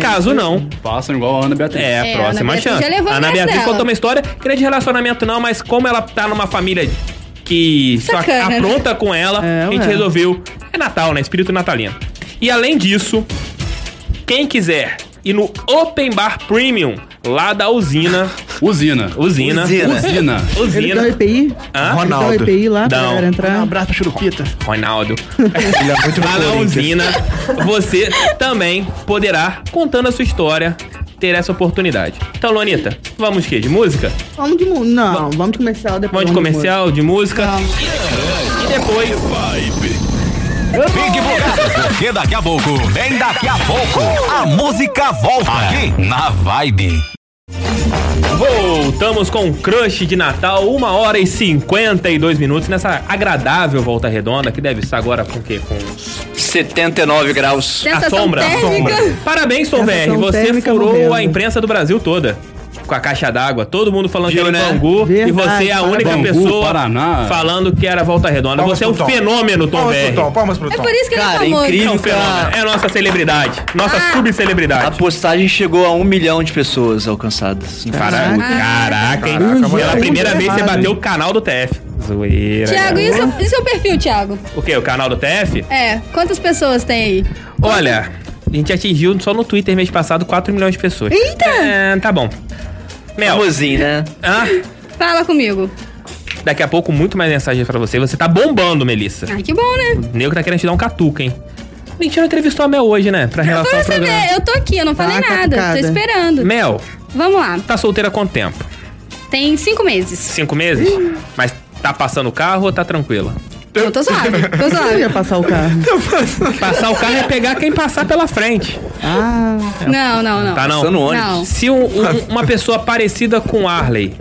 Speaker 2: Caso não. Façam igual a Ana Beatriz. É, a
Speaker 15: É, a
Speaker 2: próxima
Speaker 15: Ana Beatriz
Speaker 2: chance.
Speaker 15: já levou o
Speaker 2: a Ana
Speaker 15: ingresso
Speaker 2: Beatriz
Speaker 15: dela.
Speaker 2: contou uma história, grande relacionamento não, mas como ela tá numa família que só
Speaker 15: Sacana, né?
Speaker 2: apronta com ela,
Speaker 15: É,
Speaker 2: a gente
Speaker 15: ué.
Speaker 2: resolveu. É Natal, né? Espírito natalino. E além disso, quem quiser ir no Open Bar Premium, lá da usina. Usina. Usina.
Speaker 3: Usina.
Speaker 2: Usina.
Speaker 5: Ele dá o
Speaker 2: Usina.
Speaker 5: EPI?
Speaker 2: Hã?
Speaker 5: Ele dá o EPI lá pra
Speaker 2: Não.
Speaker 5: galera entrar. Um
Speaker 3: abraço pra Churupita.
Speaker 2: Ronaldo.
Speaker 3: é
Speaker 2: lá na usina, você também poderá, contando a sua história, ter essa oportunidade. Então, Luanita, vamos que? De música?
Speaker 5: Vamos de mu- Não, vamos de comercial depois.
Speaker 2: Vamos de comercial, de música? E depois.
Speaker 16: Fique ligado, porque daqui a pouco, bem daqui a pouco, a música volta aqui na Vibe.
Speaker 2: Voltamos com o Crush de Natal, 1 hora e 52 minutos, nessa agradável volta redonda, que deve estar agora com o quê? Com uns
Speaker 8: 79 graus.
Speaker 2: A sombra, a sombra. Parabéns, Tom BR.
Speaker 8: Sensação
Speaker 2: Você
Speaker 8: térmica
Speaker 2: furou
Speaker 8: morrendo.
Speaker 2: a imprensa do Brasil toda. Com a caixa d'água, todo mundo falando que era em
Speaker 3: né?
Speaker 2: Bangu. e
Speaker 3: Verdade,
Speaker 2: você é a
Speaker 3: Paraná.
Speaker 2: única
Speaker 3: Bangu,
Speaker 2: pessoa
Speaker 3: Paraná.
Speaker 2: falando que era Volta Redonda.
Speaker 3: assim. Palmas
Speaker 2: você é um
Speaker 3: pro Tom.
Speaker 2: fenômeno, Tom
Speaker 3: Palmas pro
Speaker 2: BR.
Speaker 3: Tom, palmas
Speaker 2: pro
Speaker 4: É Tom. por isso que ele é Cara, famoso. incrível
Speaker 2: É um fenômeno.
Speaker 8: que
Speaker 2: É nossa celebridade. Nossa subcelebridade.
Speaker 8: A postagem chegou a um milhão de pessoas alcançadas.
Speaker 2: Caraca, caraca, hein? Pela primeira vez você bateu o canal do TF. Zoeira.
Speaker 15: Tiago, e o
Speaker 2: garoto.
Speaker 15: seu, e o seu perfil, Tiago?
Speaker 2: O quê? O canal do TF?
Speaker 15: É, quantas pessoas tem aí?
Speaker 2: Olha, a gente atingiu só no Twitter mês passado 4 milhões de pessoas. Eita! É, tá bom. Mel.
Speaker 8: Famosinho, né?
Speaker 15: Fala comigo.
Speaker 2: Daqui a pouco, muito mais mensagens pra você. Você tá bombando, Melissa.
Speaker 4: Ah,
Speaker 15: Ai, que bom, né?
Speaker 2: O nego tá querendo te dar um catuca, hein? A gente não entrevistou a Mel hoje, né? Pra relação ao
Speaker 15: Agora você
Speaker 2: programa.
Speaker 15: vê, eu tô aqui, eu não
Speaker 4: Tá
Speaker 15: falei nada.
Speaker 2: catucada.
Speaker 15: Tô esperando.
Speaker 2: Mel,
Speaker 15: Vamos lá.
Speaker 2: tá solteira há quanto tempo?
Speaker 15: Tem cinco meses.
Speaker 2: Cinco meses? Mas tá passando o carro ou tá tranquila?
Speaker 15: Eu tô suave, tô
Speaker 5: Ah, Eu
Speaker 15: suave.
Speaker 5: ia passar o carro.
Speaker 2: Passar o carro é pegar quem passar pela frente.
Speaker 5: Ah.
Speaker 15: Não, não, não.
Speaker 2: Tá não?
Speaker 15: Não.
Speaker 2: Se um- um- uma pessoa parecida com Arley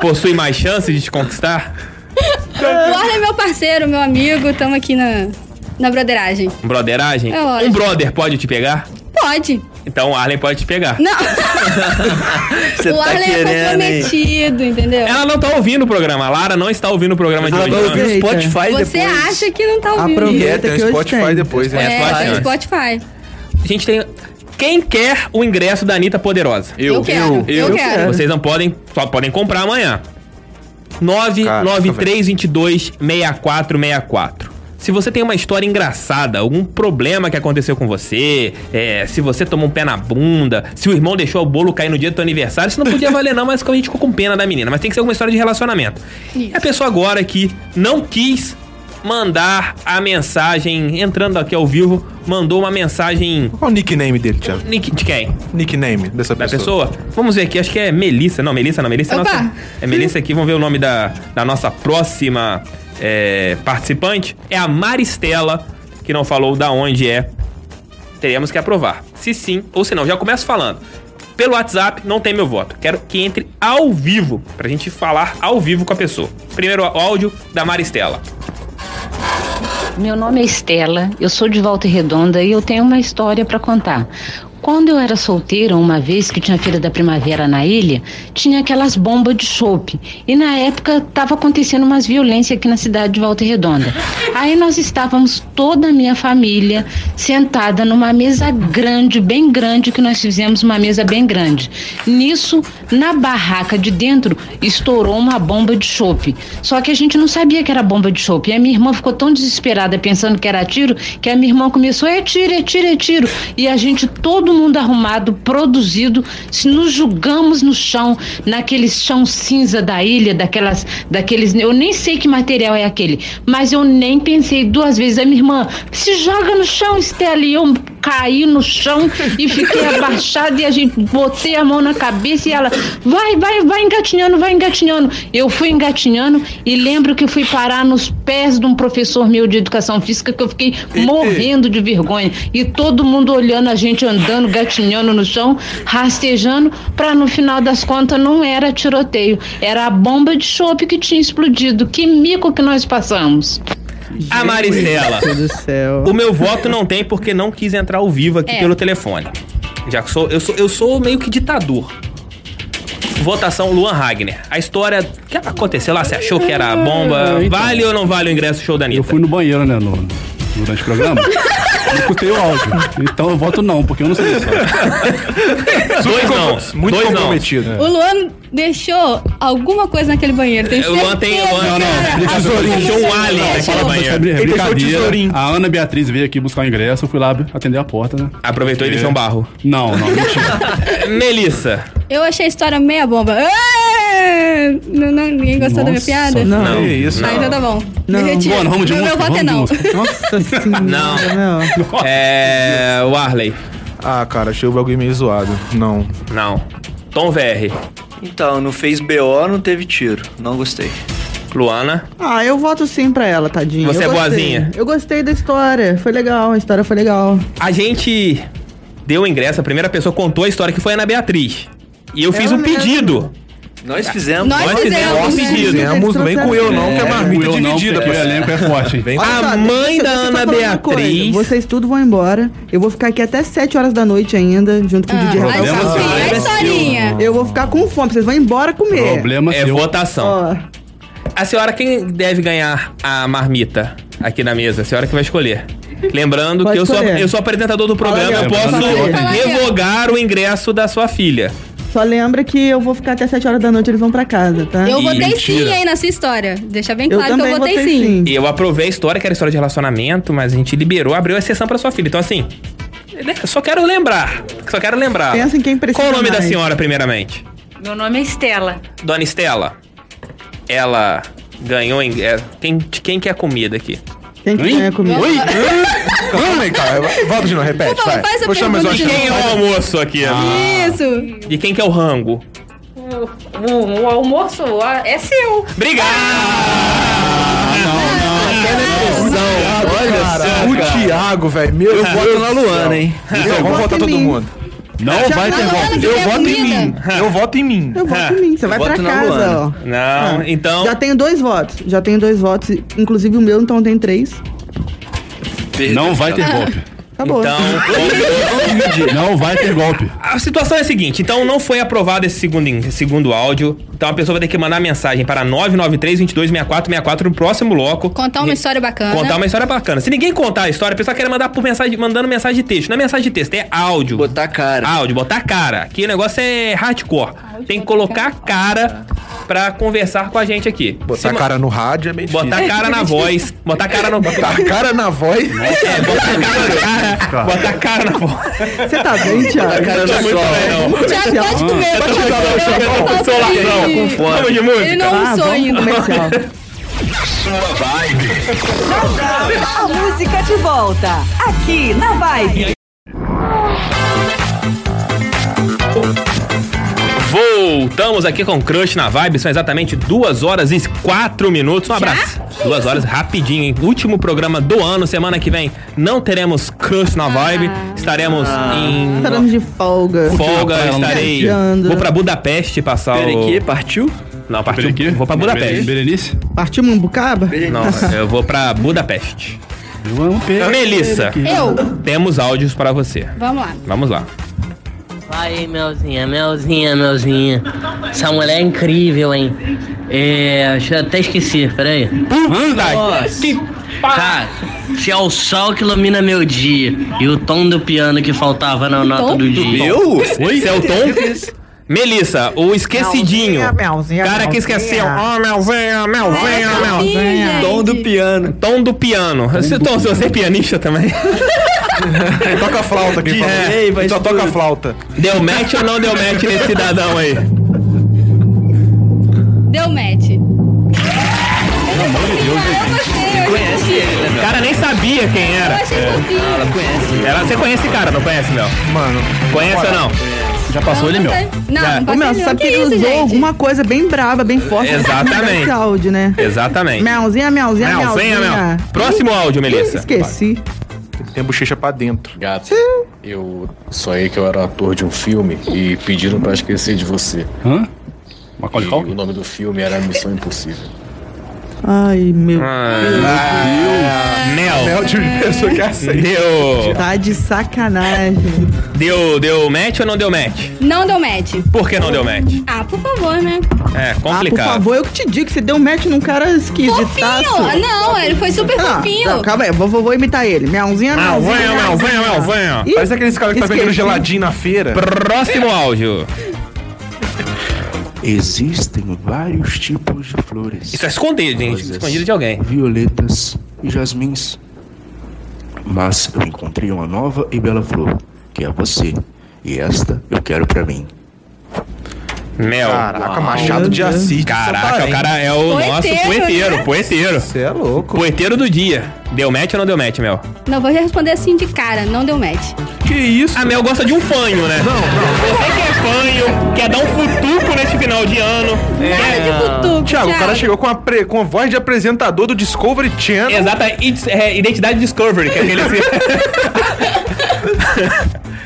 Speaker 2: possui mais chances de te conquistar,
Speaker 15: O Arlen é meu parceiro, meu amigo, tamo aqui na, na broderagem.
Speaker 2: broderagem,
Speaker 15: É lógico.
Speaker 2: um brother pode te pegar?
Speaker 15: Pode.
Speaker 2: Então o Arley pode te pegar.
Speaker 15: Não.
Speaker 2: Você tá
Speaker 8: tá
Speaker 15: o Arlen é comprometido, entendeu?
Speaker 2: Ela não tá ouvindo o programa. A Lara não está ouvindo o programa de
Speaker 8: Mas
Speaker 2: hoje.
Speaker 8: ela tá vai
Speaker 2: não.
Speaker 8: ouvir o Spotify
Speaker 15: Você acha que não tá ouvindo.
Speaker 3: É, né?
Speaker 2: depois,
Speaker 15: É,
Speaker 2: É,
Speaker 15: tem
Speaker 2: Spotify.
Speaker 15: Spotify.
Speaker 2: A gente tem. Quem quer o ingresso da Anitta Poderosa?
Speaker 15: Eu. Eu quero, eu
Speaker 4: É.
Speaker 15: quero.
Speaker 2: Vocês não podem, só podem comprar amanhã. 993226464. Se você tem uma história engraçada, algum problema que aconteceu com você, é, se você tomou um pé na bunda, se o irmão deixou o bolo cair no dia do teu aniversário, isso não podia valer não, mas a gente ficou com pena da menina. Mas tem que ser alguma história de relacionamento. E a pessoa agora que não quis mandar a mensagem, entrando aqui ao vivo, mandou uma mensagem...
Speaker 11: Qual o nickname dele, Thiago?
Speaker 2: Nick, de quem?
Speaker 11: Nickname dessa
Speaker 2: Da pessoa? Vamos ver aqui, acho que é Melissa. Não, Melissa não, Melissa é
Speaker 15: Opa!
Speaker 2: nossa. É Melissa aqui, vamos ver o nome da, da nossa próxima é, participante. É a Maristela, que não falou da onde é. Teremos que aprovar. Se sim ou se não, já começo falando. pelo WhatsApp, não tem meu voto. Quero que entre ao vivo, pra gente falar ao vivo com a pessoa. Primeiro áudio da Maristela.
Speaker 10: Meu nome é Estela, eu sou de Volta Redonda e eu tenho uma história para contar. Quando eu era solteira, uma vez que tinha feira da primavera na ilha, tinha aquelas bombas de chope. E na época estava acontecendo umas violências aqui na cidade de Volta Redonda. Aí nós estávamos toda a minha família sentada numa mesa grande, bem grande, que nós fizemos uma mesa bem grande. Nisso, na barraca de dentro, estourou uma bomba de chope. Só que a gente não sabia que era bomba de chope. E a minha irmã ficou tão desesperada pensando que era tiro, que a minha irmã começou: é tiro, é tiro, é tiro. E a gente todo todo mundo arrumado, produzido, se nos julgamos no chão, naquele chão cinza da ilha, daquelas, daqueles, eu nem sei que material é aquele, mas eu nem pensei duas vezes, a minha irmã, se joga no chão, Estela, e eu caí no chão e fiquei abaixada e a gente botei a mão na cabeça e ela, vai, vai, vai engatinhando, vai engatinhando. Eu fui engatinhando e lembro que fui parar nos pés de um professor meu de educação física que eu fiquei morrendo de vergonha e todo mundo olhando a gente andando andando, gatinhando no chão, rastejando, para no final das contas não era tiroteio, era a bomba de chope que tinha explodido. Que mico que nós passamos.
Speaker 2: A Maristela. O meu voto não tem porque não quis entrar ao vivo aqui
Speaker 10: É.
Speaker 2: pelo telefone. Já que sou, eu sou, eu sou meio que ditador. Votação Luan Hagner. A história que aconteceu lá, você achou que era a bomba?
Speaker 3: Então.
Speaker 2: Vale ou não vale o ingresso do show da Anitta?
Speaker 3: Eu fui no banheiro, né, no, durante o programa. Eu escutei o áudio. Então eu voto não, porque eu não sei.
Speaker 2: Dois não.
Speaker 3: Muito
Speaker 2: Dois não. É.
Speaker 3: comprometido.
Speaker 15: O Luan deixou alguma coisa naquele banheiro, tem
Speaker 2: É, o Luan tem- o Luan- Não, não, ele
Speaker 15: cara.
Speaker 2: tesourinho, deixou um alien naquele banheiro. Ele deixou o tesourinho.
Speaker 3: A Ana Beatriz veio aqui buscar o ingresso, eu fui lá atender a porta, né?
Speaker 2: Aproveitou e deixou um barro.
Speaker 3: Não, não, mentira.
Speaker 2: Melissa.
Speaker 15: Eu achei a história meia bomba. Ah! Não, não, ninguém gostou da minha
Speaker 2: Nossa,
Speaker 15: piada?
Speaker 2: não. Não, que isso.
Speaker 15: Ah, então tá bom.
Speaker 2: Não.
Speaker 15: Me retiro.
Speaker 2: Mano, vamos de
Speaker 15: meu, meu
Speaker 2: música,
Speaker 15: voto é
Speaker 2: vamos de
Speaker 15: não.
Speaker 2: Nossa senhora. Não. É. O Arley.
Speaker 11: Ah, cara, achei o bagulho meio zoado. Não.
Speaker 2: Não. Tom VR.
Speaker 8: Então, não fez BO, não teve tiro. Não gostei.
Speaker 2: Luana?
Speaker 5: Ah, eu voto sim pra ela, tadinha.
Speaker 2: Você
Speaker 5: Eu
Speaker 2: é
Speaker 5: gostei.
Speaker 2: boazinha?
Speaker 5: Eu gostei da história. Foi legal, a história foi legal.
Speaker 2: A gente deu o ingresso, a primeira pessoa contou a história que foi a Ana Beatriz. E eu fiz
Speaker 5: Ela
Speaker 2: um
Speaker 5: mesmo.
Speaker 2: pedido.
Speaker 15: Tá.
Speaker 8: Nós fizemos.
Speaker 2: Nós Nós fizemos, fizemos, né?
Speaker 5: É,
Speaker 11: Nós fizemos, não vem com eu não, que é marmita
Speaker 3: eu não,
Speaker 11: dividida.
Speaker 3: porque o elenco é forte.
Speaker 11: Vem
Speaker 5: Olha só,
Speaker 11: cá.
Speaker 2: A
Speaker 5: deixa
Speaker 2: mãe
Speaker 5: eu
Speaker 2: da
Speaker 5: só
Speaker 2: Ana
Speaker 5: falar tá uma coisa.
Speaker 2: Beatriz.
Speaker 5: Vocês tudo vão embora. Eu vou ficar aqui até 7 horas da noite ainda,
Speaker 2: Tipo
Speaker 5: junto
Speaker 15: Ah,
Speaker 5: com o DJ Rafael
Speaker 2: problema
Speaker 5: Carvalho.
Speaker 15: assim-
Speaker 2: seu. Vai, Sorinha.
Speaker 5: Eu vou ficar com fome, vocês vão embora comer.
Speaker 2: é votação. A senhora, quem deve ganhar a marmita aqui na mesa? A senhora que vai escolher. Lembrando
Speaker 5: Pode
Speaker 2: que eu sou,
Speaker 5: escolher.
Speaker 2: eu sou apresentador do programa,
Speaker 5: Fala,
Speaker 2: eu
Speaker 5: Gabriel. Fala,
Speaker 2: posso
Speaker 5: Gabriel.
Speaker 2: revogar o ingresso da sua filha.
Speaker 5: Só lembra que eu vou ficar até 7 horas da noite, eles vão pra casa, tá?
Speaker 15: Eu
Speaker 2: Ih,
Speaker 15: votei sim
Speaker 2: mentira.
Speaker 15: aí na sua história. Deixa bem
Speaker 5: Eu
Speaker 15: claro que eu
Speaker 5: também
Speaker 15: votei,
Speaker 5: votei
Speaker 15: sim.
Speaker 2: E eu aprovei a história, que era história de relacionamento, mas a gente liberou, abriu a exceção pra sua filha. Então, assim, só quero lembrar. Só quero lembrar.
Speaker 5: Pensa em quem precisa
Speaker 2: Qual o nome da
Speaker 5: mais.
Speaker 2: senhora, primeiramente?
Speaker 17: Meu nome é Estela.
Speaker 2: Dona Estela. Ela ganhou. Em, é, quem, de quem quer comida aqui?
Speaker 5: Quem que ganha comigo?
Speaker 11: Oi? Calma aí, cara. Volta de novo, repete, vai.
Speaker 15: faz a
Speaker 11: Vou chamar mais
Speaker 15: pergunta
Speaker 11: uma
Speaker 15: de
Speaker 11: chance.
Speaker 2: Quem é o almoço aqui? amigo?
Speaker 15: Isso.
Speaker 2: De Ah, quem que é o rango?
Speaker 17: O, o- o almoço ó, é seu.
Speaker 2: Obrigado!
Speaker 11: Olha só, o Thiago, velho. Meu
Speaker 8: Eu voto
Speaker 11: Deus
Speaker 8: na
Speaker 11: do
Speaker 8: Luana,
Speaker 11: céu.
Speaker 8: hein?
Speaker 11: Então, vamos votar todo mundo.
Speaker 3: Não
Speaker 11: vai ter voto. Eu voto em mim. Eu voto em mim.
Speaker 5: Eu
Speaker 2: Ah,
Speaker 5: voto em mim, você vai pra casa, ó.
Speaker 2: Não,
Speaker 5: Ah,
Speaker 2: então.
Speaker 5: Já tenho dois votos. Já tenho dois votos, inclusive o meu, então tem três.
Speaker 3: Não vai ter golpe.
Speaker 5: Acabou.
Speaker 2: Então-
Speaker 3: Não vai ter golpe.
Speaker 2: A situação é a seguinte, então não foi aprovado esse segundo, in- segundo áudio, então a pessoa vai ter que mandar mensagem para 993-226464 no próximo bloco.
Speaker 15: Contar uma história né? bacana.
Speaker 2: Contar uma história bacana. Se ninguém contar a história, a pessoa quer mandar por mensagem, mandando mensagem de texto. Não é mensagem de texto, é áudio. Botar cara. Áudio, Ah, botar cara. Aqui o negócio é hardcore. Tem que colocar a cara pra conversar com a gente aqui.
Speaker 11: Botar a cara no rádio é meio difícil.
Speaker 2: Botar a cara na voz. Botar a cara no.
Speaker 11: Botar a cara na voz?
Speaker 2: É, botar a cara no cara. Botar a cara na voz.
Speaker 5: Você tá bem, Thiago?
Speaker 2: Botar a cara na
Speaker 5: Thiago,
Speaker 2: voz.
Speaker 5: Thiago, pode comer,
Speaker 2: Eu tô
Speaker 5: pode
Speaker 2: com
Speaker 5: comer.
Speaker 2: saudade, eu tô com solação, com fome. Vamos de música?
Speaker 4: um
Speaker 15: Ele não é um
Speaker 2: Ah,
Speaker 15: almoçou
Speaker 2: vamos
Speaker 15: ainda.
Speaker 2: comercial.
Speaker 5: Tá
Speaker 16: Sua vibe.
Speaker 7: A música de volta, aqui na Vibe.
Speaker 2: Voltamos aqui com Crush na Vibe, são exatamente duas horas e quatro minutos. Um abraço. Duas horas rapidinho, hein? Último programa do ano, semana que vem não teremos Crush na Vibe, estaremos em
Speaker 5: Estaremos de folga.
Speaker 2: folga, estarei.
Speaker 5: Viajando.
Speaker 2: Vou pra Budapeste passar
Speaker 5: Perequê,
Speaker 2: o... partiu? Não, partiu. Vou pra
Speaker 3: É
Speaker 2: Budapeste.
Speaker 5: Berenice? Partiu Mambucaba?
Speaker 2: Não, eu vou pra Budapeste. Melissa,
Speaker 15: Eu.
Speaker 2: temos áudios pra você.
Speaker 15: Vamos lá.
Speaker 2: Vamos lá.
Speaker 18: Aí, Melzinha, Melzinha, Melzinha. Essa mulher é incrível, hein? É, deixa eu até esqueci, peraí. Nossa. Cara, se é o sol que ilumina meu dia e o tom do piano que faltava na nota
Speaker 2: Tom?
Speaker 18: do dia.
Speaker 2: Eu? Oi? Você é o Tom? Melissa, o esquecidinho.
Speaker 18: Melzinha, Melzinha,
Speaker 2: cara que
Speaker 18: Melzinha.
Speaker 2: esqueceu. Ah, Melzinha, Melzinha,
Speaker 18: É,
Speaker 2: Melzinha.
Speaker 18: gente.
Speaker 2: Tom do piano. Tom do piano. Você, Tom, você é pianista também?
Speaker 6: toca a flauta aqui, fala. Só toca a flauta.
Speaker 2: Deu match ou não deu match nesse cidadão aí?
Speaker 15: Deu match.
Speaker 2: Conhece ele, né? Cara, nem sabia quem era.
Speaker 15: É.
Speaker 2: Ela conhece. Ela, você conhece, cara? Não conhece, Mel? Mano. Conhece ou não? Já passou ele, Mel?
Speaker 15: Não,
Speaker 2: Já.
Speaker 5: Ô, Mel, você sabe que ele usou alguma coisa bem brava, bem forte. pra
Speaker 2: Exatamente.
Speaker 5: mandar Esse áudio, né?
Speaker 2: Exatamente.
Speaker 5: Melzinha, melzinha,
Speaker 2: Mel,
Speaker 5: melzinha.
Speaker 2: venha, Mel. Próximo áudio, Melissa.
Speaker 5: Esqueci.
Speaker 11: Tem a bochecha pra dentro.
Speaker 19: Gato, eu sonhei que eu era ator de um filme e pediram pra esquecer de você. Hã? E o nome do filme era Missão Impossível.
Speaker 5: Ai, meu
Speaker 2: Ah. Mel.
Speaker 6: É
Speaker 5: Mel de
Speaker 2: pessoa que
Speaker 6: assim.
Speaker 2: aceita. Deu.
Speaker 5: Tá de sacanagem.
Speaker 2: Deu, deu match ou não deu match?
Speaker 15: Não deu match.
Speaker 2: Por que não deu match?
Speaker 15: Ah, por favor, né?
Speaker 2: É,
Speaker 5: Ah, por
Speaker 2: complicado.
Speaker 5: favor, eu que te digo que você deu um match num cara esquisitaço.
Speaker 15: Fofinho, não, ele foi super
Speaker 5: Ah,
Speaker 15: fofinho.
Speaker 5: Não, calma aí, vou, vou, vou imitar ele. Melzinha, melzinha. melzinha. Ih,
Speaker 6: Parece aqueles caras que tá vendendo
Speaker 5: esqueci.
Speaker 6: geladinho na feira.
Speaker 2: Próximo áudio.
Speaker 20: Existem vários tipos de flores.
Speaker 2: Isso é escondido, gente. Escondido de alguém.
Speaker 20: Violetas e jasmins. Mas eu encontrei uma nova e bela flor, que é você. E esta eu quero pra mim.
Speaker 2: Mel.
Speaker 6: Caraca, Machado de Assis.
Speaker 2: Caraca, o cara é o nosso
Speaker 15: Poeteiro,
Speaker 2: poeteiro,
Speaker 15: né?
Speaker 2: poeteiro. Você é louco. Poeteiro do dia. Deu match ou não deu match, Mel?
Speaker 15: Não, vou responder assim de cara, não deu match.
Speaker 2: Que isso? A Mel gosta de um fanho, né? Não, não. Você quer fanho, quer dar um futuco nesse final de ano.
Speaker 6: É.
Speaker 15: tipo,
Speaker 6: Thiago, o cara chegou com a, pre- com a voz de apresentador do Discovery Channel.
Speaker 2: Exata, é, identidade Discovery, que é aquele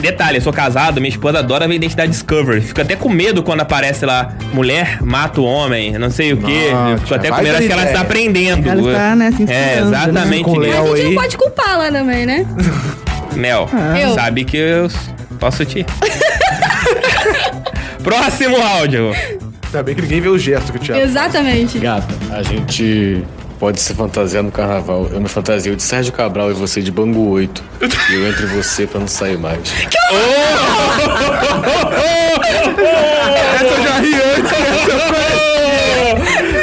Speaker 2: Detalhe, eu sou casado, minha esposa adora ver identidade Discovery. Fico até com medo quando aparece lá mulher mata o homem, não sei o quê. Fico até com
Speaker 6: vai
Speaker 2: medo,
Speaker 6: dar
Speaker 2: acho que ela
Speaker 6: ideia.
Speaker 2: está aprendendo.
Speaker 5: Ela tá, né, se
Speaker 2: É,
Speaker 5: ensinando, né?
Speaker 2: exatamente.
Speaker 5: Com o
Speaker 2: nisso.
Speaker 15: A gente não pode culpá-la também, né?
Speaker 2: Mel,
Speaker 15: Ah. Eu.
Speaker 2: sabe que eu s- posso te. Próximo áudio.
Speaker 6: Ainda bem que ninguém vê o gesto que o Thiago.
Speaker 15: Exatamente.
Speaker 19: Gato, a gente pode se fantasiar no carnaval. Eu me fantasio de Sérgio Cabral e você de Bangu 8. E eu entre você pra não sair mais.
Speaker 1: Essa eu já ri antes.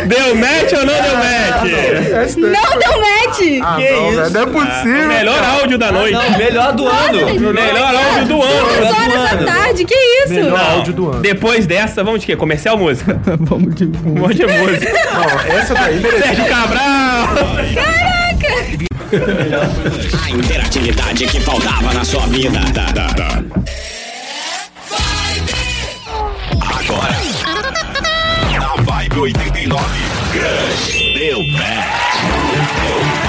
Speaker 2: Deu match ou não deu match?
Speaker 15: Não deu match!
Speaker 6: Tá Ah,
Speaker 2: que isso? Não é possível. melhor áudio da noite. melhor do ano. Melhor áudio do ano.
Speaker 15: Duas horas da tarde, que isso?
Speaker 2: do ano. Depois dessa, vamos de quê? Comercial ou música? vamos de música. Vamos de música. Não, essa daí Sérgio Cabral!
Speaker 15: Caraca!
Speaker 16: A interatividade que faltava na sua vida. Agora. Na Vibe 89. Crush. Deu match.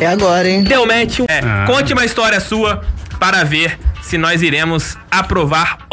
Speaker 5: É agora, hein?
Speaker 2: Deu match. É, Conte uma história sua para ver se nós iremos aprovar